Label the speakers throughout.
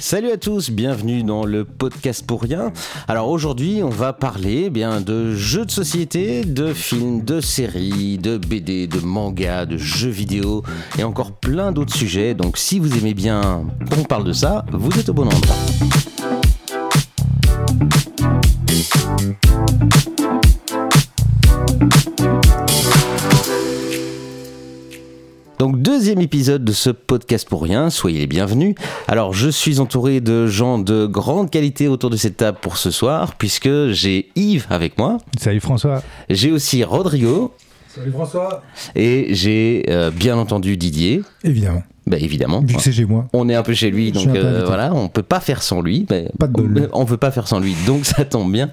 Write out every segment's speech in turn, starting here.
Speaker 1: Salut à tous, bienvenue dans le podcast pour rien. Alors aujourd'hui, on va parler eh bien de jeux de société, de films, de séries, de BD, de mangas, de jeux vidéo et encore plein d'autres sujets. Donc si vous aimez bien qu'on parle de ça, vous êtes au bon endroit. Donc deuxième épisode de ce podcast pour rien, soyez les bienvenus. Alors je suis entouré de gens de grande qualité autour de cette table pour ce soir, puisque j'ai Yves avec moi,
Speaker 2: Salut François.
Speaker 1: j'ai aussi Rodrigo,
Speaker 3: Salut François
Speaker 1: et j'ai euh, bien entendu Didier,
Speaker 2: Évidemment.
Speaker 1: bah évidemment.
Speaker 2: Vu que c'est chez moi.
Speaker 1: On est un peu chez lui,
Speaker 2: Je suis
Speaker 1: donc
Speaker 2: un peu
Speaker 1: euh,
Speaker 2: invité.
Speaker 1: voilà, on peut pas faire sans lui. mais
Speaker 2: Pas de bol.
Speaker 1: On, on peut pas faire sans lui, donc ça tombe bien.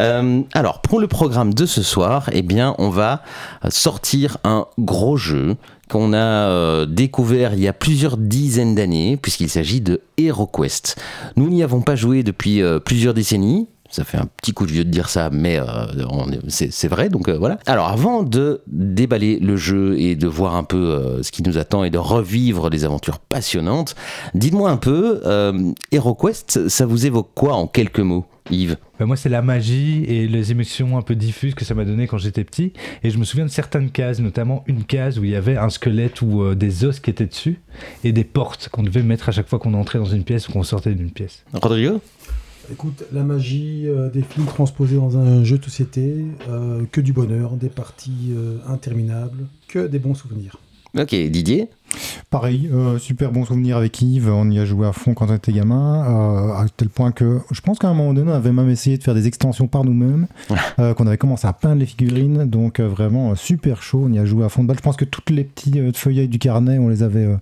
Speaker 1: Euh, alors pour le programme de ce soir, eh bien, on va sortir un gros jeu qu'on a euh, découvert il y a plusieurs dizaines d'années, puisqu'il s'agit de HeroQuest. Nous n'y avons pas joué depuis euh, plusieurs décennies. Ça fait un petit coup de vieux de dire ça, mais euh, on est- c'est c'est vrai, donc euh, voilà. Alors avant de déballer le jeu et de voir un peu euh, ce qui nous attend et de revivre des aventures passionnantes, dites-moi un peu, euh, HeroQuest, ça vous évoque quoi en quelques mots, Yves
Speaker 2: Bah, moi, c'est la magie et les émotions un peu diffuses que ça m'a donné quand j'étais petit. Et je me souviens de certaines cases, notamment une case où il y avait un squelette ou euh, des os qui étaient dessus et des portes qu'on devait mettre à chaque fois qu'on entrait dans une pièce ou qu'on sortait d'une pièce.
Speaker 1: Rodrigo
Speaker 3: Écoute, la magie euh, des films transposés dans un jeu de société, euh, que du bonheur, des parties euh, interminables, que des bons souvenirs.
Speaker 1: Ok, Didier
Speaker 4: Pareil, euh, super bon souvenir avec Yves, on y a joué à fond quand on était gamin, euh, à tel point que je pense qu'à un moment donné, on avait même essayé de faire des extensions par nous-mêmes, euh, qu'on avait commencé à peindre les figurines, donc euh, vraiment euh, super chaud, on y a joué à fond de balle. Je pense que toutes les petits euh, feuillets du carnet, on les avait euh,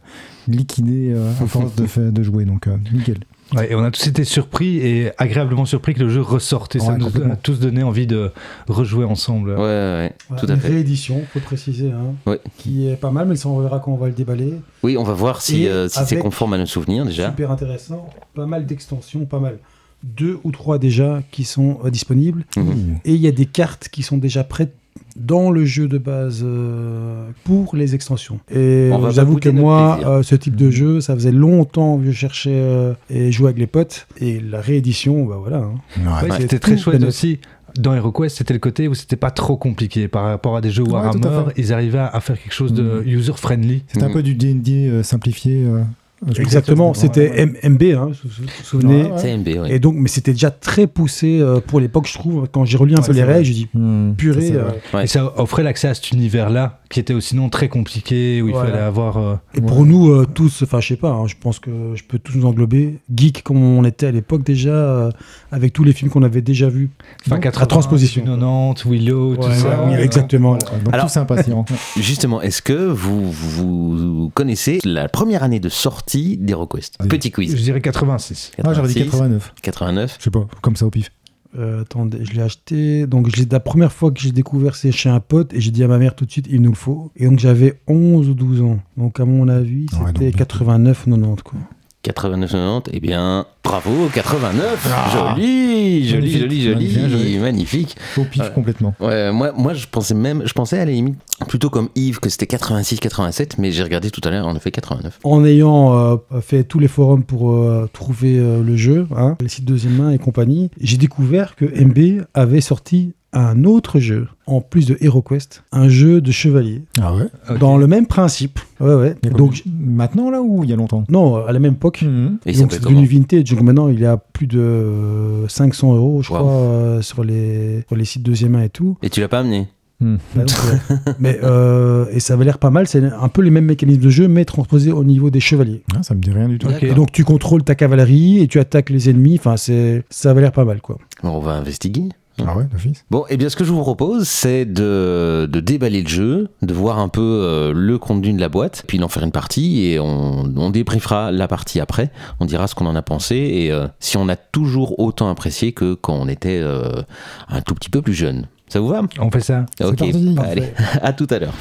Speaker 4: liquidés euh, à force de, fa- de jouer, donc euh, nickel.
Speaker 2: Ouais, et on a tous été surpris et agréablement surpris que le jeu ressorte. Et ça
Speaker 4: Ouais,
Speaker 2: nous a
Speaker 4: complètement.
Speaker 2: tous donné envie de rejouer ensemble.
Speaker 1: Ouais, ouais, ouais,
Speaker 3: Voilà,
Speaker 1: tout à
Speaker 3: une
Speaker 1: fait.
Speaker 3: réédition, faut le préciser, hein,
Speaker 1: Oui.
Speaker 3: qui est pas mal, mais ça on verra quand on va le déballer.
Speaker 1: Oui, on va voir si,
Speaker 3: Et
Speaker 1: euh, si c'est
Speaker 3: avec-
Speaker 1: conforme à nos souvenirs déjà.
Speaker 3: Super intéressant, pas mal d'extensions, pas mal. Deux ou trois déjà qui sont euh, disponibles.
Speaker 1: Mmh.
Speaker 3: Et il y a des cartes qui sont déjà prêtes dans le jeu de base euh, pour les extensions. Et
Speaker 1: On va pas
Speaker 3: j'avoue que
Speaker 1: bouder notre
Speaker 3: moi,
Speaker 1: plaisir. Mmh.
Speaker 3: euh, ce type de jeu, ça faisait longtemps que je cherchais euh, et jouais avec les potes. Et la réédition, bah voilà. hein.
Speaker 2: Ouais,
Speaker 3: Ouais.
Speaker 2: Ah, c'était très
Speaker 3: Tout
Speaker 2: chouette
Speaker 3: bénef.
Speaker 2: aussi. Dans HeroQuest, c'était le côté où c'était pas trop compliqué par rapport à des jeux
Speaker 4: Ouais, tout à
Speaker 2: Warhammer.
Speaker 4: fait.
Speaker 2: Ils arrivaient à- à faire quelque chose
Speaker 3: Mm.
Speaker 2: de user-friendly.
Speaker 4: C'était
Speaker 1: Mhm.
Speaker 4: un peu du D&D euh, simplifié. euh, je pense.
Speaker 3: Exactement, c'était
Speaker 4: Ouais, ouais.
Speaker 3: M- MB, hein, vous vous vous souvenez
Speaker 4: Ouais, ouais.
Speaker 1: C'est MB, oui.
Speaker 3: Et donc, mais c'était déjà très poussé euh, pour l'époque, je trouve. Quand j'ai relu un
Speaker 2: Ouais,
Speaker 3: peu les
Speaker 2: c'est vrai.
Speaker 3: règles, j'ai dit
Speaker 4: Mhm. Ça,
Speaker 3: purée.
Speaker 4: c'est
Speaker 3: euh,
Speaker 4: vrai.
Speaker 1: Ouais.
Speaker 2: Et ça offrait l'accès à cet univers-là, qui était sinon très compliqué, où il
Speaker 3: Voilà.
Speaker 2: fallait avoir. euh,
Speaker 3: et pour nous euh, tous, enfin, je sais pas, hein, je pense que je peux tous nous englober. Geek, comme on était à l'époque déjà, euh, avec tous les films qu'on avait déjà vus.
Speaker 2: fin
Speaker 3: Donc,
Speaker 2: 80,
Speaker 3: la transposition.
Speaker 2: 90, Willow, tout
Speaker 3: Ouais,
Speaker 2: ça.
Speaker 3: oui,
Speaker 4: ouais,
Speaker 3: exactement.
Speaker 4: Donc
Speaker 1: Alors-
Speaker 4: tous impatients.
Speaker 1: Justement, est-ce que vous, vous connaissez la première année de sortie des requests
Speaker 4: Oui.
Speaker 1: Petit
Speaker 2: Je
Speaker 1: quiz.
Speaker 2: dirais 86.
Speaker 4: Ah, j'aurais dit 89,
Speaker 1: 89.
Speaker 4: je sais pas, comme ça au pif.
Speaker 3: Euh, attendez, je l'ai acheté. Donc, je l'ai- la première fois que j'ai découvert, c'est chez un pote. Et j'ai dit à ma mère tout de suite, il nous le faut. Et donc, j'avais 11 ou 12 ans. Donc, à mon avis,
Speaker 4: Ouais,
Speaker 3: c'était
Speaker 4: donc,
Speaker 3: 89-90. quoi.
Speaker 1: 89, 90, eh bien, bravo, 89 Joli, joli,
Speaker 4: Ah. Magnifique,
Speaker 1: joli, joli,
Speaker 4: magnifique, joli.
Speaker 1: magnifique.
Speaker 4: Au pif
Speaker 1: Ouais.
Speaker 4: complètement.
Speaker 1: Ouais, moi, moi, je pensais même, je pensais à la limite, plutôt comme Yves, que c'était 86, 87, mais j'ai regardé tout à l'heure, on a fait 89.
Speaker 3: en ayant euh, fait tous les forums pour euh, trouver euh, le jeu, hein, les sites deuxième main et compagnie, j'ai découvert que MB avait sorti un autre jeu, en plus de HeroQuest, un jeu de chevalier,
Speaker 4: Ah ouais
Speaker 2: Ok.
Speaker 3: dans le même principe. Ouais, ouais.
Speaker 4: Il y a
Speaker 3: Donc,
Speaker 4: combien- maintenant là ou il y a longtemps
Speaker 3: j- non, à la même époque.
Speaker 1: Et il
Speaker 3: donc
Speaker 1: s'appelle
Speaker 3: c'est
Speaker 1: comment
Speaker 3: devenu vintage. Donc maintenant il est à plus de euh, 500 euros, je
Speaker 1: Wow.
Speaker 3: crois, euh, sur les sur les sites deuxième main et tout.
Speaker 1: Et tu l'as pas amené
Speaker 3: Bah donc, ouais. mais euh, et ça avait l'air pas mal. C'est un peu les mêmes mécanismes de jeu, mais transposés au niveau des chevaliers.
Speaker 4: Ah, ça me dit rien du tout.
Speaker 2: Ok.
Speaker 3: Et donc tu contrôles ta cavalerie et tu attaques les ennemis. Enfin, c'est ça avait l'air pas mal quoi.
Speaker 1: On va investiguer.
Speaker 4: Ah ouais, d'office.
Speaker 1: Bon, eh bien, ce que je vous propose, c'est de, de déballer le jeu, de voir un peu euh, le contenu de la boîte, puis d'en faire une partie, et on, on débriefera la partie après. On dira ce qu'on en a pensé, et euh, si on a toujours autant apprécié que quand on était euh, un tout petit peu plus jeune. Ça vous va
Speaker 2: On fait ça.
Speaker 1: Ok,
Speaker 4: parti.
Speaker 1: allez, à tout à l'heure.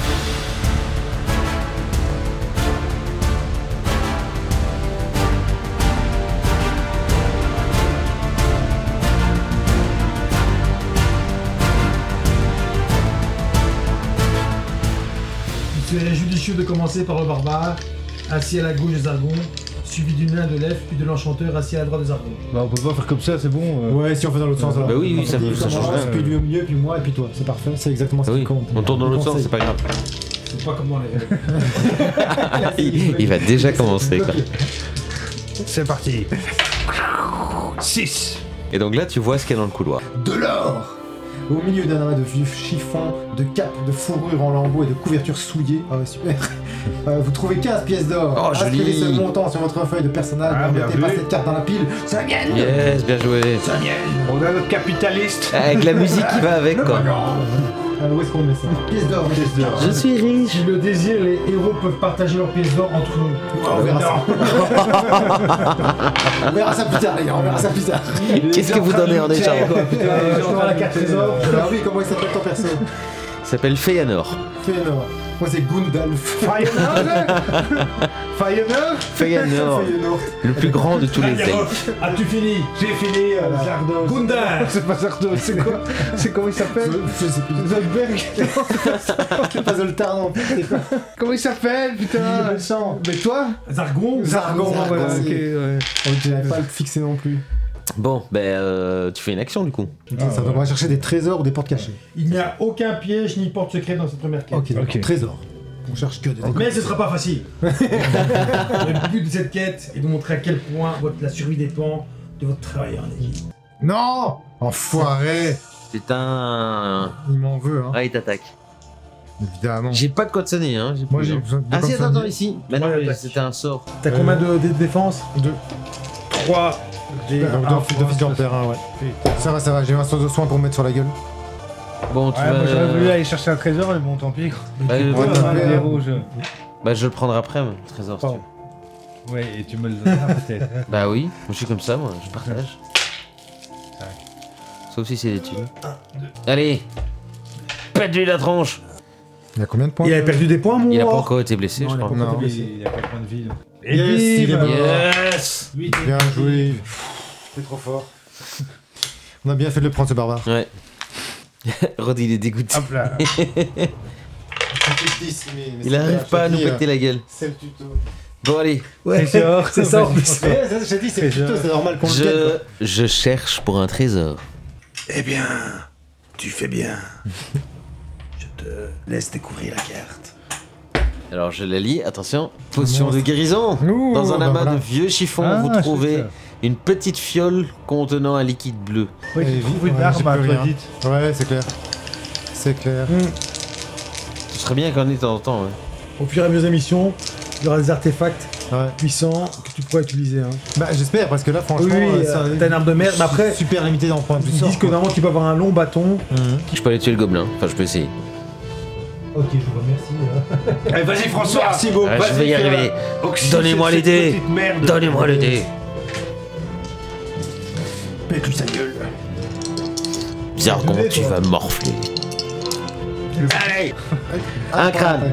Speaker 3: Il serait judicieux de commencer par le barbare, assis à la gauche des argons, suivi du nain de l'elfe puis de l'enchanteur assis à la droite des arbres.
Speaker 2: Bah, on peut pas faire comme ça, c'est bon. euh.
Speaker 4: Ouais, si on fait dans l'autre sens.
Speaker 2: Bah
Speaker 4: alors.
Speaker 1: oui, oui,
Speaker 4: On
Speaker 1: ça
Speaker 4: dit
Speaker 1: peut- ça
Speaker 4: comment
Speaker 1: change
Speaker 4: on
Speaker 1: rien,
Speaker 4: avance, puis lui au
Speaker 3: euh,
Speaker 4: milieu, puis moi, et puis toi. C'est parfait. C'est exactement ce
Speaker 1: Ah
Speaker 4: qui
Speaker 1: oui,
Speaker 4: compte.
Speaker 1: on tourne dans
Speaker 4: Le
Speaker 1: l'autre sens,
Speaker 4: conseil.
Speaker 1: c'est pas grave.
Speaker 3: C'est pas comme dans les rêves.
Speaker 1: Ah, il, il va déjà commencer. quoi.
Speaker 2: C'est parti. 6
Speaker 1: Et donc là, tu vois ce qu'il y a dans le couloir.
Speaker 4: De l'or Au milieu d'un amas de vieux chiffons, de capes, de fourrures en lambeaux et de couvertures souillées. Ah ouais, super Euh, Vous trouvez 15 pièces d'or
Speaker 1: Oh, joli.
Speaker 4: Inscrivez ce montant sur votre feuille de personnage
Speaker 2: Ah,
Speaker 4: ne
Speaker 2: bien
Speaker 4: mettez
Speaker 2: vu.
Speaker 4: pas cette carte dans la pile. Ça gagne
Speaker 1: Yes, bien joué.
Speaker 4: Ça gagne
Speaker 2: On a notre capitaliste
Speaker 1: Avec la musique qui va avec,
Speaker 4: Le
Speaker 1: quoi.
Speaker 4: bonheur. Euh, Où est-ce qu'on met ça Pièces d'or, pièces d'or
Speaker 1: Je suis riche.
Speaker 3: Si le désir, les héros peuvent partager leurs pièces d'or entre eux.
Speaker 4: On verra ça. on verra ça plus tard, les gars, on verra ça plus tard.
Speaker 1: Qu'est-ce que vous donnez en échange
Speaker 4: Euh,
Speaker 3: je prends la carte trésor.
Speaker 4: Ah oui, comment il s'appelle ton perso
Speaker 1: Ça s'appelle Feyanor.
Speaker 4: Fëanor. euh, Moi, c'est Gundalf.
Speaker 1: Feyanor,
Speaker 4: Fëanor.
Speaker 1: le plus grand de tous les elfes.
Speaker 2: As-tu fini J'ai fini, euh,
Speaker 4: Voilà.
Speaker 2: Zardos.
Speaker 3: Gundar
Speaker 2: C'est pas Zardos, c'est quoi C'est comment il s'appelle
Speaker 4: Je je sais plus.
Speaker 2: Zolberg
Speaker 4: C'est pas Zoltar non plus, c'est quoi
Speaker 2: Comment il s'appelle, putain
Speaker 4: Le sang.
Speaker 2: Mais toi
Speaker 3: Zargon
Speaker 4: Zargon,
Speaker 2: Zargon, voilà,
Speaker 4: Zargon.
Speaker 2: ok, ouais.
Speaker 4: Oh, j'arrive pas à le fixer non plus.
Speaker 1: Bon, ben, euh, tu fais une action du coup.
Speaker 4: Putain, ça, on va chercher des trésors ou des portes cachées.
Speaker 3: Il n'y a aucun piège ni porte secrète dans cette première quête.
Speaker 4: Ok, d'accord.
Speaker 2: Ok.
Speaker 4: Trésors. On cherche que des
Speaker 3: Mais ce sera pas facile. le but de cette quête est de montrer à quel point votre- la survie dépend de votre travail en équipe.
Speaker 4: Non Enfoiré
Speaker 1: Putain.
Speaker 4: Il m'en veut, hein.
Speaker 1: Ah, il t'attaque.
Speaker 4: Évidemment.
Speaker 1: J'ai pas de quoi te sonner, hein. j'ai
Speaker 4: Moi,
Speaker 1: plus,
Speaker 4: j'ai
Speaker 1: hein.
Speaker 4: besoin de.
Speaker 1: Ah si,
Speaker 4: comme ça,
Speaker 1: attends, attends,
Speaker 4: de-
Speaker 1: ici. Bah non,
Speaker 3: Ouais,
Speaker 1: mais
Speaker 3: ouais.
Speaker 1: c'était un sort.
Speaker 3: T'as
Speaker 4: Euh,
Speaker 3: combien de, de défense
Speaker 4: Deux.
Speaker 3: 3. J'ai
Speaker 4: Donc,
Speaker 3: un
Speaker 4: d'office- d'office dans le terrain, ouais. Ça va, ça va, j'ai eu un sort de soin pour me mettre sur la gueule.
Speaker 1: Bon, tu
Speaker 2: Ouais,
Speaker 1: vas...
Speaker 2: moi j'aurais voulu
Speaker 1: euh,
Speaker 2: aller chercher un trésor, mais bon, tant pis.
Speaker 1: bah, euh,
Speaker 4: Ouais,
Speaker 2: Voilà,
Speaker 4: ouais,
Speaker 2: des
Speaker 4: ouais.
Speaker 2: rouges.
Speaker 1: bah, je le prendrai après, mon trésor. si tu
Speaker 2: Pardon. Ouais, et tu me le donneras peut-être.
Speaker 1: veux. Bah oui, moi, je suis comme ça, moi, je partage. Sauf si c'est des thunes. Allez Pète-lui la tronche
Speaker 4: Il y a combien de points
Speaker 3: Il avait perdu des points, mon
Speaker 1: Il a pas
Speaker 3: roi
Speaker 1: encore été blessé,
Speaker 3: Non,
Speaker 1: je
Speaker 3: il a
Speaker 1: crois.
Speaker 4: Non.
Speaker 2: Mais Il y a pas de point de vie. donc. Et
Speaker 4: Yes, il est
Speaker 2: vive
Speaker 4: mort.
Speaker 1: Yes
Speaker 2: Lui,
Speaker 4: Bien joué. C'est trop fort. On a bien fait de le prendre, ce barbare.
Speaker 1: Ouais. Rod, il est dégoûté.
Speaker 2: Hop là.
Speaker 1: Il arrive pas à nous
Speaker 4: hein.
Speaker 1: péter la gueule.
Speaker 4: C'est le tuto.
Speaker 1: Bon, allez,
Speaker 2: Trésor.
Speaker 3: C'est ça en plus.
Speaker 4: Ouais, ça, j'ai dit, c'est le
Speaker 2: Déjà.
Speaker 4: tuto, c'est normal qu'on le guette, quoi.
Speaker 1: je... je cherche pour un trésor.
Speaker 5: Eh bien, tu fais bien. Je te laisse découvrir la carte.
Speaker 1: Alors je la lis, attention, potion de guérison
Speaker 4: Ouh,
Speaker 1: Dans un
Speaker 4: bah
Speaker 1: amas
Speaker 4: voilà.
Speaker 1: de vieux chiffons,
Speaker 2: Ah,
Speaker 1: vous
Speaker 2: chouette,
Speaker 1: trouvez
Speaker 2: ça.
Speaker 1: une petite fiole contenant un liquide bleu.
Speaker 2: Ouais,
Speaker 4: Et
Speaker 2: tu
Speaker 4: vite,
Speaker 2: trouves une
Speaker 4: ouais, j'ai
Speaker 2: arme à
Speaker 4: plus
Speaker 2: toi,
Speaker 4: rien.
Speaker 2: dites.
Speaker 4: Ouais, c'est clair. C'est clair.
Speaker 1: Ce serait bien qu'on ait de temps en temps. ouais.
Speaker 3: Au fur et à mesure des missions, il y aura des artefacts
Speaker 4: Ouais.
Speaker 3: puissants que tu pourras utiliser. hein.
Speaker 4: Bah, j'espère, parce que là, franchement,
Speaker 3: Oui,
Speaker 4: euh,
Speaker 3: oui,
Speaker 4: c'est un-
Speaker 3: euh, t'as une arme de merde, mais après,
Speaker 4: super limité d'en prendre
Speaker 3: ils disent que normalement tu peux avoir un long bâton.
Speaker 1: Je peux aller tuer le gobelin, enfin je peux essayer.
Speaker 3: Ok, je vous remercie.
Speaker 2: Allez, vas-y, François.
Speaker 4: Merci beaucoup.
Speaker 1: Ah, je vais y
Speaker 2: fais-la.
Speaker 1: arriver.
Speaker 2: Oxygène,
Speaker 1: Donnez-moi les
Speaker 2: cette
Speaker 1: dés.
Speaker 2: petite merde.
Speaker 1: Donnez-moi le dé.
Speaker 5: Pète-lui sa gueule.
Speaker 1: Zargon,
Speaker 3: dé,
Speaker 1: tu
Speaker 3: toi.
Speaker 1: vas morfler. Allez Un crâne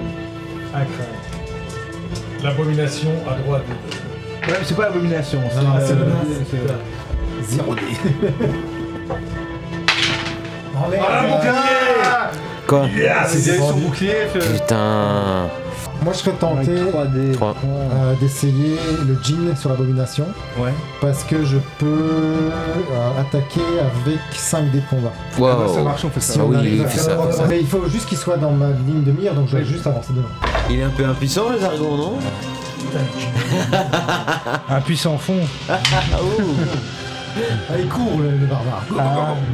Speaker 3: L'abomination à droite.
Speaker 2: Ouais, mais c'est pas abomination. c'est,
Speaker 4: Non,
Speaker 2: euh,
Speaker 4: c'est le-
Speaker 2: c'est-
Speaker 4: Zéro dé.
Speaker 2: Ah, mon bouclier
Speaker 1: Quoi
Speaker 2: Ah, c'est direct sur
Speaker 4: vendu.
Speaker 2: bouclier. fait- Ah
Speaker 1: Putain
Speaker 4: Moi, je serais tenté
Speaker 1: Trois.
Speaker 4: euh, d'essayer le jean sur l'abomination,
Speaker 2: Ouais.
Speaker 4: parce que je peux euh, attaquer avec 5 dés de combat.
Speaker 2: Ah bah, ça
Speaker 1: Wow
Speaker 2: marche, on fait
Speaker 4: Si
Speaker 2: ça.
Speaker 1: Ah
Speaker 4: on
Speaker 1: oui,
Speaker 4: arrive à
Speaker 1: fais
Speaker 4: faire
Speaker 1: ça, fais ça.
Speaker 4: Mais il faut juste qu'il soit dans ma ligne de mire, donc je vais juste avancer devant.
Speaker 1: Il est un peu impuissant le Zargon, non
Speaker 2: Un puissant fond.
Speaker 4: Allez, cours, le, le barbare.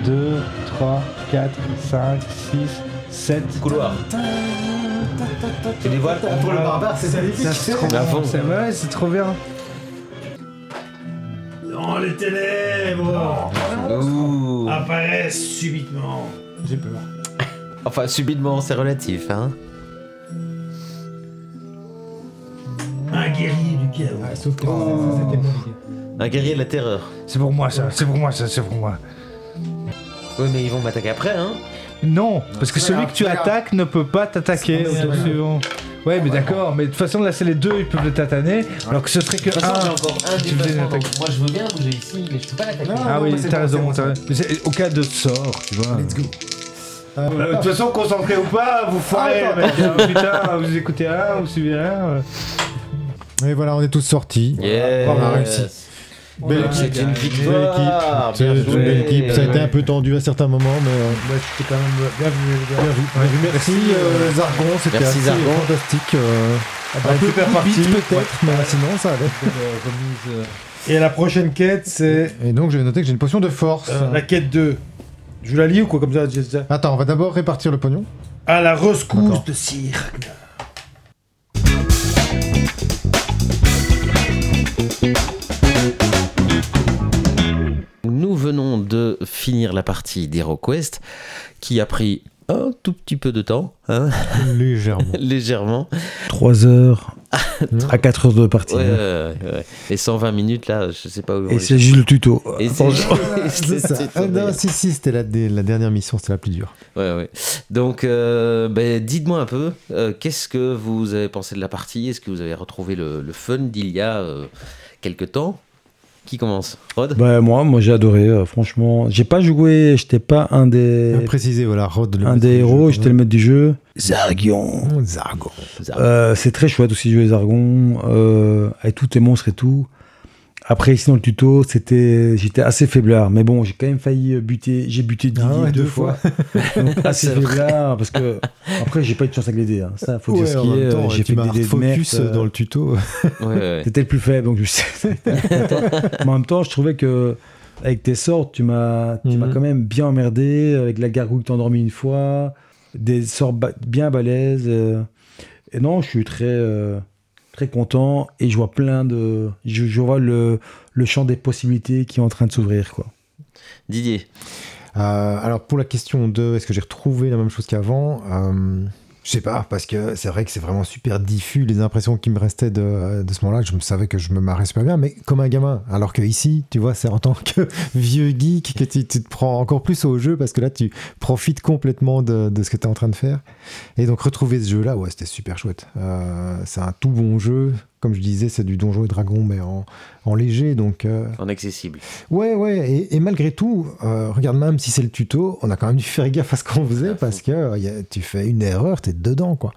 Speaker 2: 1, 2, 3, 4, 5, 6, 7.
Speaker 1: Couloir. Tu les vois
Speaker 4: Pour le barbare, c'est magnifique.
Speaker 1: bien. fond.
Speaker 2: C'est ouais, c'est trop bien.
Speaker 5: Dans les ténèbres
Speaker 1: Ouh.
Speaker 5: apparaissent subitement
Speaker 4: J'ai peur.
Speaker 1: Enfin subitement c'est relatif hein.
Speaker 5: un guerrier du chaos.
Speaker 4: Ouais, sauf que c'était mon idée.
Speaker 1: Un guerrier de la terreur.
Speaker 2: C'est pour moi ça, c'est pour moi ça, c'est pour moi.
Speaker 1: Oui, mais ils vont m'attaquer après, hein.
Speaker 2: Non, parce que
Speaker 4: c'est
Speaker 2: celui
Speaker 4: grave,
Speaker 2: que tu
Speaker 4: c'est grave.
Speaker 2: attaques ne peut pas t'attaquer
Speaker 4: C'est
Speaker 2: au
Speaker 4: pas
Speaker 2: tour
Speaker 4: grave.
Speaker 2: suivant. Ouais, mais d'accord, mais de toute façon là c'est les deux, ils peuvent le tataner, alors que ce serait que
Speaker 1: De toute
Speaker 4: Ah,
Speaker 1: façon, Ah, j'ai
Speaker 2: un.
Speaker 1: encore un
Speaker 2: tu faisais une
Speaker 1: déplacement,
Speaker 2: attaque.
Speaker 1: donc moi je veux bien bouger ici, mais je peux pas l'attaquer.
Speaker 4: Non.
Speaker 2: Ah oui,
Speaker 4: c'est
Speaker 2: t'as
Speaker 4: bon, c'est
Speaker 2: raison,
Speaker 4: bon,
Speaker 2: t'as
Speaker 4: c'est
Speaker 2: raison. Mais c'est- Au cas de sort, tu vois.
Speaker 4: Let's go. Euh,
Speaker 2: Euh, De toute façon, concentré ou pas, vous foirez, Ah,
Speaker 4: Attends.
Speaker 2: mec. Euh, Putain, vous écoutez rien, vous suivez rien. euh.
Speaker 4: Et voilà, on est tous sortis.
Speaker 1: Yes.
Speaker 4: Oh, On a réussi. Belle
Speaker 2: a
Speaker 4: équipe.
Speaker 1: C'est une
Speaker 2: gagné.
Speaker 4: Belle
Speaker 1: victoire.
Speaker 4: équipe. C'est une
Speaker 2: joué.
Speaker 4: belle équipe. Ça a été un peu tendu à certains moments, mais. euh,
Speaker 2: Bah, c'était quand même bien vu, les gars.
Speaker 4: bien vu.
Speaker 2: Ouais.
Speaker 4: Merci euh, Zargon, c'était
Speaker 1: Merci,
Speaker 4: assez
Speaker 1: Zargon.
Speaker 4: fantastique. euh,
Speaker 2: Ah bah,
Speaker 4: un peu
Speaker 2: super
Speaker 4: plus
Speaker 2: parti.
Speaker 4: vite peut-être, mais sinon ça allait.
Speaker 2: Ouais, euh, remise, euh,
Speaker 6: Et la prochaine quête, c'est
Speaker 4: Et donc je vais noter que j'ai une potion de force.
Speaker 6: euh, la quête 2. Je vous la lis ou quoi comme ça j'ai- j'ai-
Speaker 4: Attends, on va d'abord répartir le pognon.
Speaker 6: À la rescousse
Speaker 4: D'accord.
Speaker 6: de Sir Ragnar.
Speaker 1: Nous venons de finir la partie d'HeroQuest qui a pris un tout petit peu de temps, hein,
Speaker 4: Légèrement.
Speaker 1: légèrement.
Speaker 3: 3 heures à 4 heures de partie.
Speaker 1: Ouais, ouais, ouais, ouais. euh, Et 120 minutes là, je sais pas où.
Speaker 3: Et c'est juste le tuto.
Speaker 1: Et c'est-
Speaker 4: C'est
Speaker 1: c'est-
Speaker 4: ça.
Speaker 1: c'est-
Speaker 4: Ah, non, si, si, c'était la, dé- la dernière mission, c'était la plus dure.
Speaker 1: Ouais, ouais. Donc, euh, ben, dites-moi un peu, euh, qu'est-ce que vous avez pensé de la partie Est-ce que vous avez retrouvé le, le fun d'il y a euh, quelque temps Qui commence Rod
Speaker 3: Bah, moi, moi j'ai adoré, euh, franchement. J'ai pas joué, j'étais pas un des,
Speaker 4: Préciser, voilà, Rod, le
Speaker 3: un
Speaker 4: maître
Speaker 3: des
Speaker 4: du
Speaker 3: héros,
Speaker 4: jeu.
Speaker 3: j'étais le maître du jeu. Zargion.
Speaker 4: Zargon.
Speaker 1: Ça.
Speaker 3: Euh, c'est très chouette aussi de jouer les argons, euh, avec tous tes monstres et tout. Après, ici dans le tuto, c'était, j'étais assez faiblard, mais bon, j'ai quand même failli euh, buter, j'ai buté Didier
Speaker 4: Ah ouais,
Speaker 3: deux,
Speaker 4: deux
Speaker 3: fois. Donc, assez
Speaker 1: C'est vrai.
Speaker 3: faiblard, parce que après, j'ai pas eu de chance avec les dés, hein. ça, faut
Speaker 4: Ouais,
Speaker 3: dire ce
Speaker 4: en
Speaker 3: qui
Speaker 4: même
Speaker 3: est.
Speaker 4: temps,
Speaker 3: euh, J'ai
Speaker 4: tu
Speaker 3: fait
Speaker 4: m'as
Speaker 3: des dés de
Speaker 4: focus
Speaker 3: merde, euh,
Speaker 4: dans le tuto.
Speaker 1: Ouais, ouais, ouais.
Speaker 3: T'étais le plus faible, donc je sais. Mais en même temps, je trouvais que avec tes sorts, tu m'as, tu m'as
Speaker 4: Mhm.
Speaker 3: quand même bien emmerdé avec la gargouille que t'as endormie une fois, des sorts ba- bien balèzes. euh. Et non, je suis très, euh, très content et je vois plein de, je, je vois le, le champ des possibilités qui est en train de s'ouvrir, quoi.
Speaker 1: Didier
Speaker 4: Euh, alors pour la question de est-ce que j'ai retrouvé la même chose qu'avant euh, Je sais pas, parce que c'est vrai que c'est vraiment super diffus les impressions qui me restaient de, de ce moment-là. Je me savais que je me marrais super bien, mais comme un gamin. Alors que ici, tu vois, c'est en tant que vieux geek que tu, tu te prends encore plus au jeu parce que là, tu profites complètement de, de ce que tu es en train de faire. Et donc retrouver ce jeu-là, ouais, c'était super chouette. Euh, c'est un tout bon jeu. Comme je disais, c'est du donjon et dragon, mais en, en léger, donc... euh,
Speaker 1: En accessible.
Speaker 4: Ouais, ouais, et, et malgré tout, euh, regarde même si c'est le tuto, on a quand même dû faire gaffe à ce qu'on
Speaker 1: Ah,
Speaker 4: faisait parce que euh, y a- tu fais une erreur, t'es dedans quoi.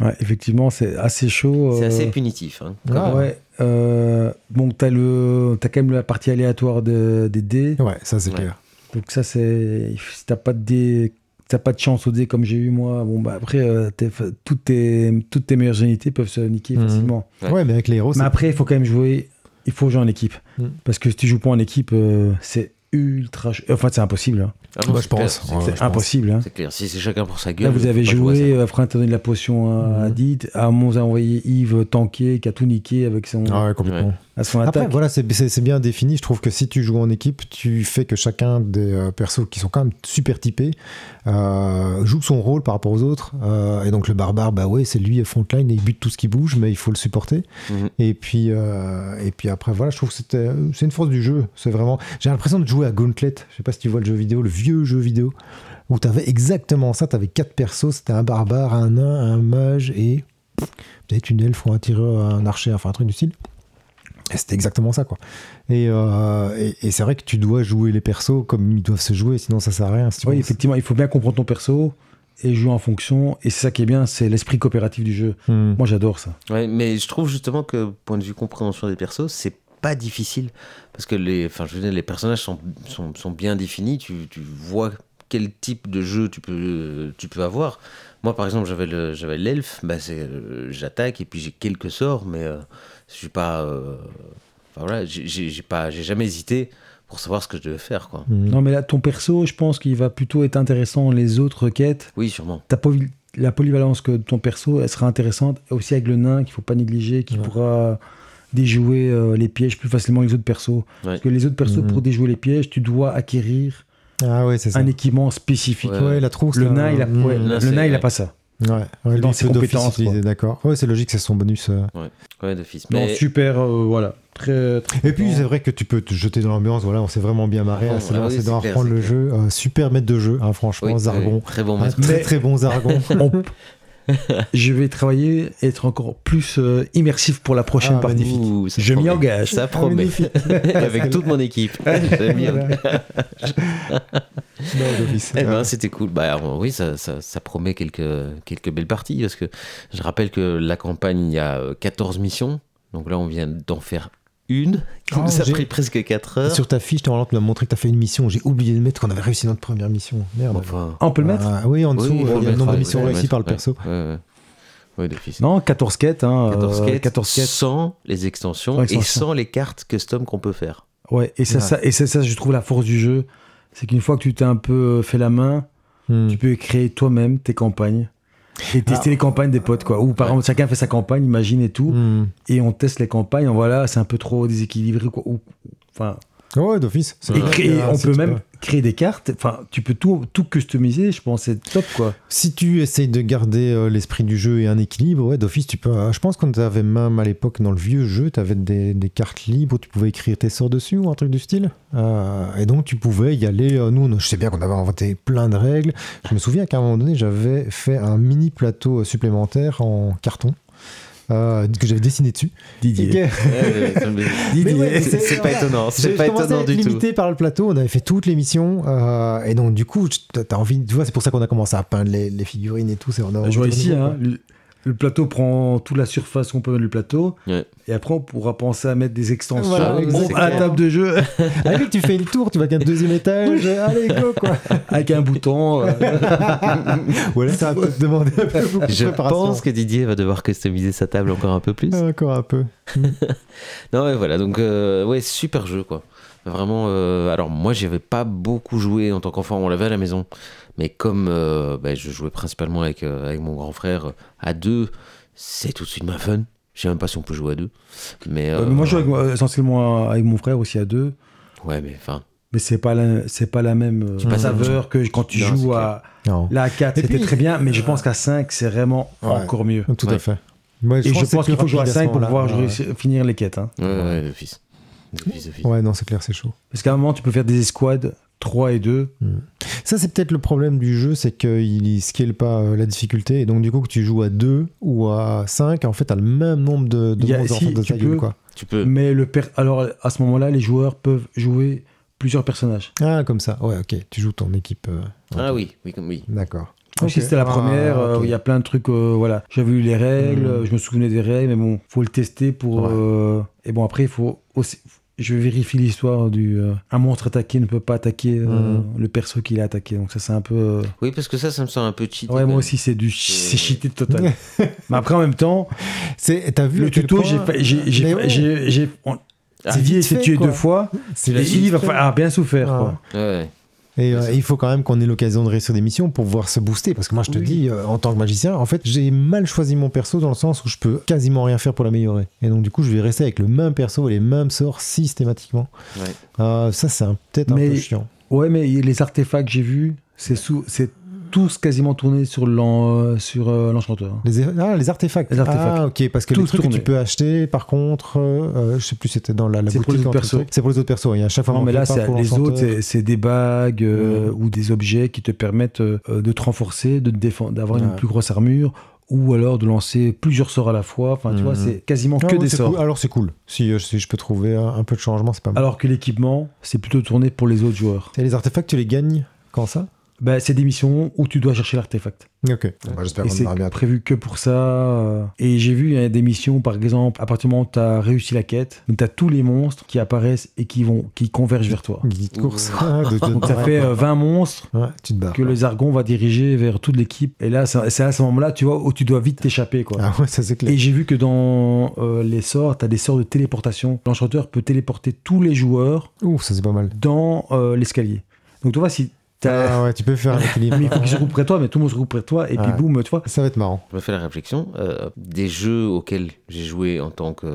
Speaker 3: Ouais, effectivement, c'est assez chaud.
Speaker 1: C'est
Speaker 3: euh,
Speaker 1: assez punitif. hein.
Speaker 4: Ah,
Speaker 3: ouais. euh, bon, t'as le, t'as quand même la partie aléatoire de- des dés.
Speaker 4: Ouais, ça c'est
Speaker 1: Ouais.
Speaker 4: clair.
Speaker 3: Donc ça, c'est si t'as pas de dé- t'as pas de chance au dé comme j'ai eu moi. Bon bah après, euh, t'es- toutes tes toutes tes meilleures unités peuvent se niquer
Speaker 4: Mhm.
Speaker 3: facilement.
Speaker 1: Ouais.
Speaker 4: Ouais, mais avec les héros, c'est
Speaker 3: Mais après, il faut quand même jouer. Il faut jouer en équipe
Speaker 4: Mhm.
Speaker 3: parce que si tu joues pas en équipe, euh, c'est ultra. ch- Enfin, c'est impossible. hein.
Speaker 1: Ah non,
Speaker 4: Bah, je
Speaker 1: c'est clair,
Speaker 4: pense.
Speaker 1: c'est-
Speaker 4: Ouais,
Speaker 3: c'est
Speaker 4: je pense.
Speaker 3: impossible. hein.
Speaker 1: C'est clair, si c'est chacun pour sa gueule.
Speaker 3: Là, vous
Speaker 1: faut
Speaker 3: avez
Speaker 1: pas jouer à
Speaker 3: joué.
Speaker 1: ça.
Speaker 3: euh, Fran t'a donné de la potion à, à
Speaker 4: Mhm.
Speaker 3: Did. À Mons a envoyé Yves tanker qui a tout niqué avec son
Speaker 4: Ah ouais, complètement.
Speaker 3: à son
Speaker 4: Après,
Speaker 3: attaque.
Speaker 4: voilà, c'est c'est- c'est bien défini. Je trouve que si tu joues en équipe, tu fais que chacun des euh, persos qui sont quand même super typés euh, joue son rôle par rapport aux autres. Euh, et donc le barbare, bah ouais, c'est lui frontline et il bute tout ce qui bouge, mais il faut le supporter.
Speaker 1: Mhm.
Speaker 4: Et puis euh, et puis après, voilà, je trouve que c'était euh, c'est une force du jeu. C'est vraiment, j'ai l'impression de jouer à Gauntlet. Je sais pas si tu vois le jeu vidéo, le vieux jeu vidéo où t'avais exactement ça. T'avais quatre persos. C'était un barbare, un nain, un mage et peut-être une elfe ou un tireur, un archer, enfin un truc du style. Et c'était exactement ça, quoi. Et, euh, et, et c'est vrai que tu dois jouer les persos comme ils doivent se jouer, sinon ça sert à rien. si tu
Speaker 3: Oui,
Speaker 4: penses.
Speaker 3: effectivement, il faut bien comprendre ton perso et jouer en fonction. Et c'est ça qui est bien, c'est l'esprit coopératif du jeu.
Speaker 4: Hmm.
Speaker 3: Moi, j'adore ça.
Speaker 1: Ouais, mais je trouve justement que, point de vue compréhension des persos, c'est pas difficile. Parce que les, enfin, je veux dire, les personnages sont, sont, sont bien définis. Tu, tu vois quel type de jeu tu peux, tu peux avoir. Moi, par exemple, j'avais le- j'avais l'elfe. Bah, c'est, euh, J'attaque et puis j'ai quelques sorts, mais euh, je suis pas. euh, Enfin voilà, j'ai- j'ai j'ai pas- j'ai jamais hésité pour savoir ce que je devais faire. Quoi.
Speaker 4: Hmm.
Speaker 3: Non, mais là, ton perso, je pense qu'il va plutôt être intéressant dans les autres quêtes.
Speaker 1: Oui, sûrement.
Speaker 3: Ta poly- la polyvalence que ton perso, elle sera intéressante. Et Aussi avec le nain, qu'il faut pas négliger, qui
Speaker 4: Ouais.
Speaker 3: pourra déjouer euh, les pièges plus facilement que les autres persos. Parce que les autres persos,
Speaker 4: Mhm.
Speaker 3: pour déjouer les pièges, tu dois acquérir
Speaker 4: Ah ouais, c'est ça.
Speaker 3: un équipement spécifique.
Speaker 1: Ouais.
Speaker 4: Ouais, la trousse.
Speaker 3: Le
Speaker 4: là,
Speaker 3: nain, il a,
Speaker 4: hmm.
Speaker 3: ouais,
Speaker 1: Là,
Speaker 3: le
Speaker 1: c'est-
Speaker 3: nain, il a pas ça.
Speaker 4: Ouais, ouais, lui,
Speaker 3: Dans
Speaker 4: il
Speaker 3: ses
Speaker 4: peut d'office
Speaker 3: compétences,
Speaker 4: utiliser,
Speaker 3: quoi.
Speaker 4: D'accord. Ouais, c'est logique, c'est son bonus. euh.
Speaker 1: Ouais, d'office.
Speaker 3: Non,
Speaker 1: Mais-
Speaker 3: super, euh, voilà. Très, très
Speaker 4: Et puis
Speaker 3: content.
Speaker 4: c'est vrai que tu peux te jeter dans l'ambiance. Voilà, on s'est vraiment bien marré
Speaker 1: Ah
Speaker 4: à
Speaker 1: bon,
Speaker 4: se
Speaker 1: ah
Speaker 4: lancer
Speaker 1: oui, c'est
Speaker 4: dans
Speaker 1: clair,
Speaker 4: apprendre
Speaker 1: c'est
Speaker 4: le jeu. Euh, super maître de jeu, hein, franchement,
Speaker 1: oui,
Speaker 4: Zargon. Ah,
Speaker 1: oui, très bon
Speaker 4: Un
Speaker 1: maître.
Speaker 4: très très bon Zargon.
Speaker 3: On- Je vais travailler, être encore plus euh, immersif pour la prochaine
Speaker 4: Ah,
Speaker 3: partie.
Speaker 4: magnifique.
Speaker 1: Ouh, ça
Speaker 3: Je m'y
Speaker 1: promet.
Speaker 3: engage.
Speaker 1: Ça promet. Avec toute mon équipe. Je m'y engage.
Speaker 4: Non, d'office.
Speaker 1: Eh ben, c'était cool. Bah, alors, oui, ça, ça- ça promet quelques, quelques belles parties parce que je rappelle que la campagne, il y a euh, 14 missions. Donc là, on vient d'en faire une. qui
Speaker 4: Oh,
Speaker 1: nous a
Speaker 4: j'ai-
Speaker 1: pris presque 4 heures.
Speaker 4: Sur ta fiche, normalement, tu m'as montré que tu as fait une mission. J'ai oublié de mettre qu'on avait réussi notre première mission. Merde.
Speaker 1: Enfin,
Speaker 3: Ah, on peut le mettre
Speaker 4: Ah, oui, en
Speaker 1: oui,
Speaker 4: dessous,
Speaker 1: oui,
Speaker 4: euh,
Speaker 1: on
Speaker 4: il y
Speaker 1: le
Speaker 4: a le nombre de
Speaker 1: mettra,
Speaker 4: missions
Speaker 1: ouais,
Speaker 4: réussies
Speaker 1: ouais,
Speaker 4: par le
Speaker 1: ouais,
Speaker 4: perso.
Speaker 1: ouais, ouais. Ouais, d'office.
Speaker 3: Non, 14 quêtes. Hein,
Speaker 1: 14
Speaker 3: euh,
Speaker 1: quêtes,
Speaker 3: 14 quêtes.
Speaker 1: sans les extensions
Speaker 3: Ouais,
Speaker 1: et
Speaker 3: extensions.
Speaker 1: sans les cartes custom qu'on peut faire.
Speaker 3: Ouais, et c'est
Speaker 4: Ouais.
Speaker 3: ça, et c'est ça, je trouve la force du jeu. C'est qu'une fois que tu t'es un peu euh, fait la main,
Speaker 4: Hmm.
Speaker 3: tu peux créer toi-même tes campagnes. Et tester les campagnes des potes, quoi. Ou par
Speaker 1: Ouais.
Speaker 3: exemple, chacun fait sa campagne, imagine et tout.
Speaker 4: Hmm.
Speaker 3: Et on teste les campagnes, voilà, c'est un peu trop déséquilibré, quoi. Ou, enfin,
Speaker 4: Ah ouais, d'office. c'est
Speaker 3: et
Speaker 4: vrai
Speaker 3: créer-
Speaker 4: que, euh,
Speaker 3: on
Speaker 4: si
Speaker 3: peut
Speaker 4: tu
Speaker 3: même
Speaker 4: peux-
Speaker 3: créer des cartes. Enfin, tu peux tout, tout customiser, je pense, c'est top, quoi.
Speaker 4: Si tu essayes de garder euh, l'esprit du jeu et un équilibre, ouais, d'office, tu peux. ah, Je pense qu'on avait même à l'époque, dans le vieux jeu, tu avais des, des cartes libres où tu pouvais écrire tes sorts dessus ou un truc du style. Euh, et donc, tu pouvais y aller. euh, nous, on- je sais bien qu'on avait inventé plein de règles. Je me souviens qu'à un moment donné, j'avais fait un mini plateau euh, supplémentaire en carton euh, que j'avais dessiné dessus.
Speaker 3: Didier.
Speaker 4: Et que-
Speaker 3: Didier.
Speaker 4: Mais ouais,
Speaker 1: c'est
Speaker 4: c'est-
Speaker 1: c'est pas étonnant, c'est pas étonnant du tout.
Speaker 4: limité par le plateau, on avait fait toute l'émission euh, et donc du coup, tu- t'as envie, tu vois, c'est pour ça qu'on a commencé à peindre les, les figurines et tout. c'est- on a-
Speaker 3: Je vois ici,
Speaker 4: on-
Speaker 3: hein, le, le plateau prend toute la surface qu'on peut mettre le plateau.
Speaker 1: Ouais.
Speaker 3: Et après, on pourra penser à mettre des extensions
Speaker 4: Voilà,
Speaker 3: Bon,
Speaker 4: exactement.
Speaker 3: à la table de jeu hein.
Speaker 4: Ah oui, tu fais le tour, tu vas qu'un deuxième étage, euh, allez go quoi.
Speaker 3: avec un bouton. euh,
Speaker 4: Ouais, là, ça va peut-être demander un peu beaucoup de
Speaker 1: Je
Speaker 4: Ah, préparation.
Speaker 1: pense que Didier va devoir customiser sa table encore un peu plus.
Speaker 4: Ah, Encore un peu.
Speaker 1: Non mais voilà, donc euh, ouais, super jeu quoi. Vraiment, euh, alors moi j'avais pas beaucoup joué en tant qu'enfant, on l'avait à la maison, mais comme euh, bah, je jouais principalement avec, euh, avec mon grand frère euh, à deux, c'est tout de suite ma fun. Je sais même pas si on peut jouer à deux, mais,
Speaker 3: Euh,
Speaker 1: euh,
Speaker 3: mais moi, je joue avec- euh, essentiellement avec mon frère aussi à deux,
Speaker 1: ouais, mais enfin,
Speaker 3: mais c'est pas la, c'est pas la même euh,
Speaker 1: pas ça,
Speaker 3: saveur que quand tu
Speaker 1: Non, c'est
Speaker 3: joues
Speaker 1: clair.
Speaker 3: à
Speaker 4: Non.
Speaker 3: là à 4
Speaker 4: Et
Speaker 3: c'était
Speaker 4: puis- euh,
Speaker 3: très bien, mais je pense qu'à 5 c'est vraiment
Speaker 4: Ouais.
Speaker 3: encore mieux.
Speaker 4: Tout
Speaker 1: Ouais.
Speaker 4: à fait. Ouais,
Speaker 3: Et je
Speaker 4: que c'est
Speaker 3: pense qu'il
Speaker 4: plus
Speaker 3: faut jouer à
Speaker 4: rapide
Speaker 3: 5 pour
Speaker 4: ce
Speaker 3: pouvoir
Speaker 4: moment-là.
Speaker 3: jouer- finir les quêtes. hein.
Speaker 1: ouais, ouais, d'office. D'office, d'office.
Speaker 4: Ouais, non, c'est clair, c'est chaud.
Speaker 3: Parce qu'à un moment tu peux faire des escouades 3 et 2.
Speaker 4: Ça, c'est peut-être le problème du jeu, c'est qu'il il scale pas euh, la difficulté. Et donc, du coup, que tu joues à 2 ou à 5, en fait, t'as le même nombre de, de
Speaker 3: Il y a-
Speaker 4: bons
Speaker 3: si,
Speaker 4: enfants de
Speaker 3: tu
Speaker 4: ta gueule,
Speaker 3: peux-
Speaker 4: quoi.
Speaker 1: Tu peux.
Speaker 3: Mais le per- alors à ce moment-là, les joueurs peuvent jouer plusieurs personnages.
Speaker 4: Ah, comme ça. Ouais, ok. Tu joues ton équipe. euh,
Speaker 1: Ah
Speaker 4: ok.
Speaker 1: oui, oui, comme oui.
Speaker 4: D'accord.
Speaker 3: Moi aussi,
Speaker 4: Ok.
Speaker 3: c'était la
Speaker 4: Ah,
Speaker 3: première, euh,
Speaker 4: ok.
Speaker 3: où il y a plein de trucs, euh, voilà. J'avais eu les règles,
Speaker 4: Mm.
Speaker 6: Hmm.
Speaker 3: euh, je me souvenais des règles, mais bon, faut le tester pour.
Speaker 4: Ouais.
Speaker 3: euh, et bon, après, il faut aussi. Je vérifie l'histoire du. euh, un monstre attaqué ne peut pas attaquer euh,
Speaker 6: Hmm.
Speaker 4: Mm.
Speaker 3: le perso qu'il a attaqué. Donc, ça, c'est un peu. euh,
Speaker 1: Oui, parce que ça, ça me semble un peu euh, cheat.
Speaker 3: Ouais, moi aussi, c'est du. C'est cheaté de total. mais après, en même temps,
Speaker 4: C'est- T'as vu
Speaker 3: le
Speaker 4: à quel
Speaker 3: tuto,
Speaker 4: point-
Speaker 3: j'ai fait. j'ai-
Speaker 4: Mais
Speaker 3: j'ai-
Speaker 4: ouais,
Speaker 3: j'ai- j'ai- on-
Speaker 1: Ah,
Speaker 3: Didier
Speaker 4: vite
Speaker 3: s'est
Speaker 4: fait,
Speaker 3: tué
Speaker 4: quoi.
Speaker 3: deux fois,
Speaker 4: c'est la
Speaker 3: et il va
Speaker 4: suite.
Speaker 3: falloir bien souffert.
Speaker 4: Ah.
Speaker 3: quoi.
Speaker 4: Et euh, il faut quand même qu'on ait l'occasion de réussir des missions pour pouvoir se booster. Parce que moi, je te
Speaker 3: Oui.
Speaker 4: dis, euh, en tant que magicien, en fait, j'ai mal choisi mon perso dans le sens où je peux quasiment rien faire pour l'améliorer. Et donc, du coup, je vais rester avec le même perso et les mêmes sorts systématiquement.
Speaker 1: Ouais.
Speaker 4: Euh, ça, c'est un- peut-être un
Speaker 3: Mais-
Speaker 4: peu chiant.
Speaker 3: Ouais, mais les artefacts que j'ai vus, c'est sous- c'est tous quasiment tournés sur l'en- euh, sur euh, l'enchanteur. hein.
Speaker 4: Les, ah, les artefacts.
Speaker 3: Les artefacts.
Speaker 4: Ah, ok. Parce que
Speaker 3: Tous
Speaker 4: les trucs que
Speaker 3: tournés.
Speaker 4: tu peux acheter, par contre, euh, euh, je sais plus, c'était dans la, la
Speaker 3: C'est pour
Speaker 4: boutique,
Speaker 3: les autres
Speaker 4: un truc.
Speaker 3: persos.
Speaker 4: C'est pour les autres persos. Il y a à chaque fois.
Speaker 3: Non, mais
Speaker 4: on
Speaker 3: là,
Speaker 4: prépare
Speaker 3: c'est-
Speaker 4: pour
Speaker 3: les
Speaker 4: l'enchanteur.
Speaker 3: autres, c'est- c'est des bagues euh, ou des objets qui te permettent euh, euh, de te renforcer, de te défendre, d'avoir une
Speaker 4: Ouais.
Speaker 3: plus grosse armure ou alors de lancer plusieurs sorts à la fois. Enfin, tu
Speaker 4: Mhm.
Speaker 3: vois, c'est quasiment
Speaker 4: Ah,
Speaker 3: que
Speaker 4: ouais,
Speaker 3: des
Speaker 4: c'est
Speaker 3: sorts. Ah,
Speaker 4: cool. Alors, c'est cool. Si, euh, si je peux trouver un, un peu de changement, c'est pas mal.
Speaker 3: Alors que l'équipement, c'est plutôt tourné pour les autres joueurs.
Speaker 4: Et les artefacts, tu les gagnes quand ça
Speaker 3: Bah, c'est des missions où tu dois chercher l'artefact.
Speaker 4: Ok. Bah, J'espère
Speaker 3: Et
Speaker 4: qu'on
Speaker 3: c'est
Speaker 4: aura bien
Speaker 3: prévu que pour ça. euh. Et j'ai vu il y a des missions, par exemple, à partir du moment où tu as réussi la quête, tu as tous les monstres qui apparaissent et qui, vont, qui convergent vers toi.
Speaker 4: Guide de course. Ah, de- de-
Speaker 3: Donc ça
Speaker 4: ouais.
Speaker 3: fait euh, 20 monstres
Speaker 4: Ouais, tu te barres.
Speaker 3: que le Zargon va diriger vers toute l'équipe. Et là, c'est c'est à ce moment-là, tu vois, où tu dois vite t'échapper, quoi.
Speaker 4: Ah ouais, ça c'est clair.
Speaker 3: Et j'ai vu que dans euh, les sorts, t'as des sorts de téléportation. L'enchanteur peut téléporter tous les joueurs
Speaker 4: Ouh, ça c'est pas mal.
Speaker 3: dans euh, l'escalier. Donc tu vois, si t'as...
Speaker 4: Ah ouais, tu peux faire un équilibre.
Speaker 3: Mais il faut qu'ils se groupent près de toi, mais tout le monde se groupe près de toi, et puis
Speaker 4: Ouais.
Speaker 3: boum, tu vois.
Speaker 4: Ça va être marrant.
Speaker 1: Je me fais la réflexion, euh, des jeux auxquels j'ai joué en tant que,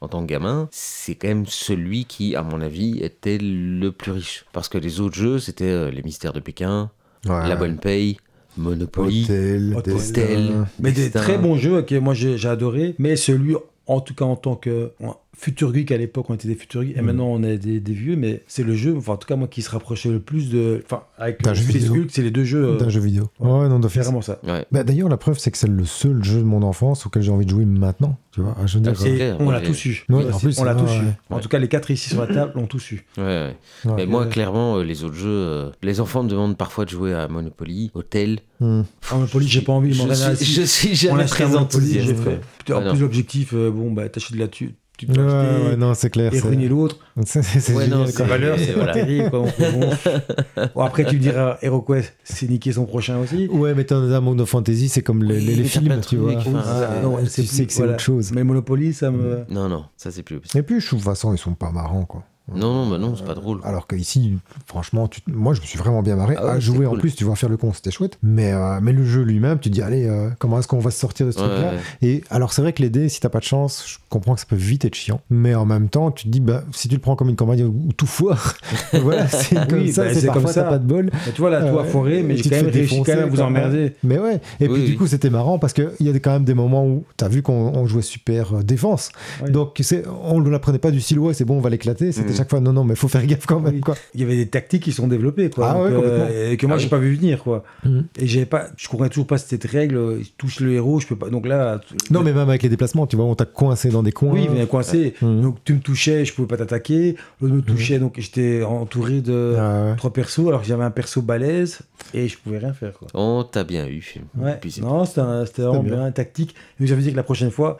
Speaker 1: en tant que gamin, c'est quand même celui qui, à mon avis, était le plus riche. Parce que les autres jeux, c'était euh, les mystères de Pékin, La Bonne Paye, Monopoly,
Speaker 4: Hôtel,
Speaker 3: Hôtel.
Speaker 1: Hôtel,
Speaker 3: Mais des
Speaker 1: Destin.
Speaker 3: très bons jeux, ok, moi j'ai j'ai adoré, mais celui, en tout cas en tant que Futur Geek à l'époque, on était des Futur
Speaker 4: Mm.
Speaker 3: Geeks, et maintenant on est des, des vieux, mais c'est le jeu, enfin en tout cas moi qui se rapprochait le plus de. Enfin, avec
Speaker 4: D'un
Speaker 3: le
Speaker 4: jeu
Speaker 3: Futur
Speaker 4: vidéo.
Speaker 3: Geek, c'est les deux jeux.
Speaker 4: d'un
Speaker 3: euh,
Speaker 4: jeu vidéo. Ouais, non,
Speaker 3: C'est
Speaker 4: d'office.
Speaker 3: vraiment ça.
Speaker 1: Ouais.
Speaker 4: Bah, D'ailleurs, la preuve, c'est que c'est le seul jeu de mon enfance auquel j'ai envie de jouer maintenant. Tu vois, je veux dire,
Speaker 1: Ah, c'est
Speaker 4: euh,
Speaker 3: Et
Speaker 1: clair,
Speaker 3: on
Speaker 1: ouais,
Speaker 3: l'a
Speaker 1: j'ai-
Speaker 3: tous eu.
Speaker 4: Ouais,
Speaker 3: Ça,
Speaker 4: en
Speaker 3: c'est-
Speaker 4: plus,
Speaker 3: on l'a
Speaker 4: ouais,
Speaker 3: tous eu.
Speaker 4: ouais.
Speaker 3: En tout cas, les quatre ici sur la table l'ont tous eu.
Speaker 1: Ouais, ouais.
Speaker 4: Ouais.
Speaker 1: Mais moi,
Speaker 3: Ouais.
Speaker 1: clairement, euh, les autres jeux, euh, les enfants me demandent parfois de jouer à Monopoly, Hotel.
Speaker 4: hum.
Speaker 3: En Monopoly, Ah, j'ai pas envie.
Speaker 1: Je
Speaker 3: m'en
Speaker 1: suis,
Speaker 3: regarde
Speaker 1: je
Speaker 3: assis.
Speaker 1: suis
Speaker 3: On
Speaker 1: jamais
Speaker 3: l'a très
Speaker 1: très enthousiaste.
Speaker 3: J'ai
Speaker 1: quoi.
Speaker 3: fait. Putain,
Speaker 1: Ouais,
Speaker 3: En plus,
Speaker 1: non.
Speaker 3: l'objectif, euh, bon, bah t'achètes de la tu, tu
Speaker 4: Ah, Ouais,
Speaker 3: peux acheter
Speaker 4: ouais, non, c'est clair.
Speaker 3: et
Speaker 4: c'est-
Speaker 3: ruiner l'autre.
Speaker 4: C'est c'est
Speaker 1: Ouais,
Speaker 4: génial,
Speaker 1: non,
Speaker 4: quoi.
Speaker 1: c'est-
Speaker 7: valeur, c'est
Speaker 1: et
Speaker 7: pas
Speaker 1: voilà.
Speaker 3: terrible. Quoi. Bon, bon, après, tu me diras, HeroQuest, c'est niquer son prochain aussi.
Speaker 4: Ouais, mais dans un monde de fantasy, c'est comme les,
Speaker 1: Oui,
Speaker 4: les- les
Speaker 1: mais t'as plein
Speaker 4: films,
Speaker 1: de
Speaker 4: tu
Speaker 1: trucs,
Speaker 4: vois.
Speaker 1: enfin,
Speaker 4: Ah,
Speaker 1: euh,
Speaker 3: non,
Speaker 4: tu
Speaker 3: c'est
Speaker 4: sais
Speaker 3: plus-
Speaker 4: que c'est
Speaker 3: voilà.
Speaker 4: autre chose.
Speaker 3: Mais Monopoly, ça me.
Speaker 1: Non, non, ça c'est plus possible.
Speaker 4: Et puis, je trouve, de toute façon, ils sont pas marrants, quoi.
Speaker 1: Non, non, bah non, c'est pas drôle. quoi.
Speaker 4: Alors que ici, franchement, tu- moi, je me suis vraiment bien marré
Speaker 1: Ah ouais,
Speaker 4: à
Speaker 1: c'est
Speaker 4: jouer. En
Speaker 1: cool.
Speaker 4: plus, tu vois, faire le con, c'était chouette. Mais, euh, mais le jeu lui-même, tu te dis, allez, euh, comment est-ce qu'on va se sortir de ce
Speaker 1: Ouais,
Speaker 4: truc-là
Speaker 1: ouais.
Speaker 4: Et alors, c'est vrai que les dés, si t'as pas de chance, je comprends que ça peut vite être chiant. Mais en même temps, tu te dis, bah, si tu le prends comme une campagne où tout foire, voilà, c'est comme
Speaker 3: Oui,
Speaker 4: ça,
Speaker 3: bah,
Speaker 4: c'est
Speaker 3: c'est comme
Speaker 4: parfois, t'as
Speaker 3: ça.
Speaker 4: pas de bol.
Speaker 3: Mais Bah, tu vois, là, toi,
Speaker 4: Ouais.
Speaker 3: forêt, mais
Speaker 4: Tu
Speaker 3: j'ai
Speaker 4: te
Speaker 3: quand
Speaker 4: fais
Speaker 3: même réussi quand
Speaker 4: défoncer,
Speaker 3: même à vous
Speaker 4: quoi.
Speaker 3: emmerder.
Speaker 4: Mais ouais, et puis
Speaker 1: Oui,
Speaker 4: du
Speaker 1: oui.
Speaker 4: coup c'était marrant parce qu'il y a des- quand même des moments où t'as vu qu'on on jouait super euh, défense.
Speaker 3: Oui.
Speaker 4: Donc c'est- on ne l'apprenait pas du silo, c'est bon, on va l'éclater. C'était
Speaker 1: Mhm.
Speaker 4: chaque fois non, non, mais faut faire gaffe quand même.
Speaker 3: Oui.
Speaker 4: Quoi.
Speaker 3: Il y avait des tactiques qui sont développées, quoi.
Speaker 4: Ah
Speaker 3: donc,
Speaker 4: ouais,
Speaker 3: euh,
Speaker 4: complètement.
Speaker 3: et que moi,
Speaker 1: Ah
Speaker 3: j'ai
Speaker 1: oui.
Speaker 3: pas vu venir, quoi.
Speaker 4: Mhm.
Speaker 3: Et j'avais pas. Je comprenais toujours pas cette règle. euh, Je touche le héros, je peux pas. Donc là. tu-
Speaker 4: Non, mais même avec les déplacements, tu vois, on t'a coincé dans des coins.
Speaker 3: Oui, il venait coincé.
Speaker 4: Mhm.
Speaker 3: Donc tu me touchais, je pouvais pas t'attaquer. L'autre me touchait, donc j'étais entouré de
Speaker 4: Ah ouais.
Speaker 3: trois persos, alors que j'avais un perso balèze et je pouvais rien faire, quoi.
Speaker 1: On t'a Oh, bien eu.
Speaker 3: Ouais.
Speaker 1: Puis c'est-
Speaker 3: non, c'était un- Mm. c'était vraiment
Speaker 4: bien.
Speaker 3: bien, tactique. Mais j'avais dit que la prochaine fois,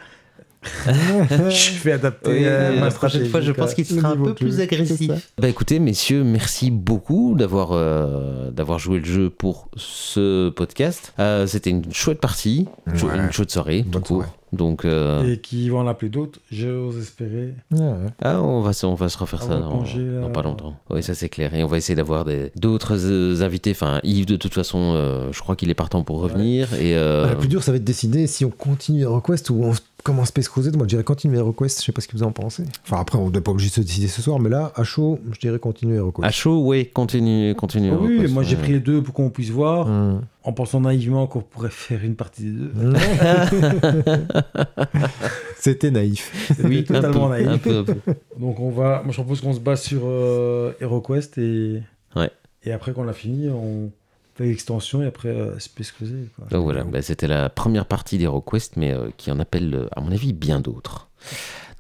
Speaker 3: je vais adapter
Speaker 1: Oui,
Speaker 3: euh, ma
Speaker 1: la prochaine
Speaker 3: stratégie.
Speaker 1: fois, je
Speaker 3: quoi.
Speaker 1: pense qu'il
Speaker 4: le
Speaker 1: sera un
Speaker 4: niveau
Speaker 1: peu
Speaker 4: que-
Speaker 1: plus
Speaker 4: c'est ça.
Speaker 1: agressif. Bah écoutez, messieurs, merci beaucoup d'avoir euh, d'avoir joué le jeu pour ce podcast. Euh, C'était une chouette partie, chou-
Speaker 4: Ouais.
Speaker 1: une chouette soirée, tout
Speaker 4: Bonne
Speaker 1: court.
Speaker 4: soirée.
Speaker 1: Donc, euh,
Speaker 3: Et qui vont en appeler d'autres, j'ose espérer.
Speaker 4: Ouais, ouais.
Speaker 1: ah, on va se- on va se refaire
Speaker 3: On
Speaker 1: ça
Speaker 3: va euh,
Speaker 1: dans,
Speaker 3: congé, là.
Speaker 1: dans pas longtemps. Oui, ça c'est clair. Et on va essayer d'avoir des- d'autres euh, invités. Enfin, Yves, de toute façon, euh, je crois qu'il est partant pour revenir. Et euh,
Speaker 4: Bah, le plus dur, ça va être de décider si on continue HeroQuest ou on s- commence Space Crusade. Moi, je dirais continuer HeroQuest, je sais pas ce que vous en pensez. Enfin, après, on doit pas obligé de se décider ce soir, mais là, à chaud, je dirais continuer
Speaker 1: à
Speaker 4: HeroQuest.
Speaker 1: chaud, ouais, continue, continue. euh,
Speaker 3: Oh oui,
Speaker 1: Request,
Speaker 3: moi j'ai
Speaker 1: ouais.
Speaker 3: pris les deux pour qu'on puisse voir,
Speaker 4: Hum.
Speaker 3: en pensant naïvement qu'on pourrait faire une partie des deux.
Speaker 4: C'était naïf.
Speaker 1: oui, un peu,
Speaker 3: totalement naïf.
Speaker 1: un peu, un peu.
Speaker 3: Donc on va, moi je propose qu'on se base sur euh, HeroQuest et
Speaker 1: Ouais.
Speaker 3: et après qu'on l'a fini, on fait l'extension et après euh, Space Crusade. quoi.
Speaker 1: Donc voilà, bah, c'était la première partie des requests, mais euh, qui en appelle, euh, à mon avis, bien d'autres.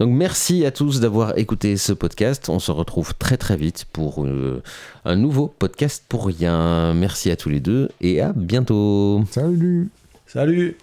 Speaker 1: Donc merci à tous d'avoir écouté ce podcast. On se retrouve très très vite pour euh, un nouveau podcast pour rien. Merci à tous les deux et à bientôt.
Speaker 4: Salut
Speaker 3: Salut.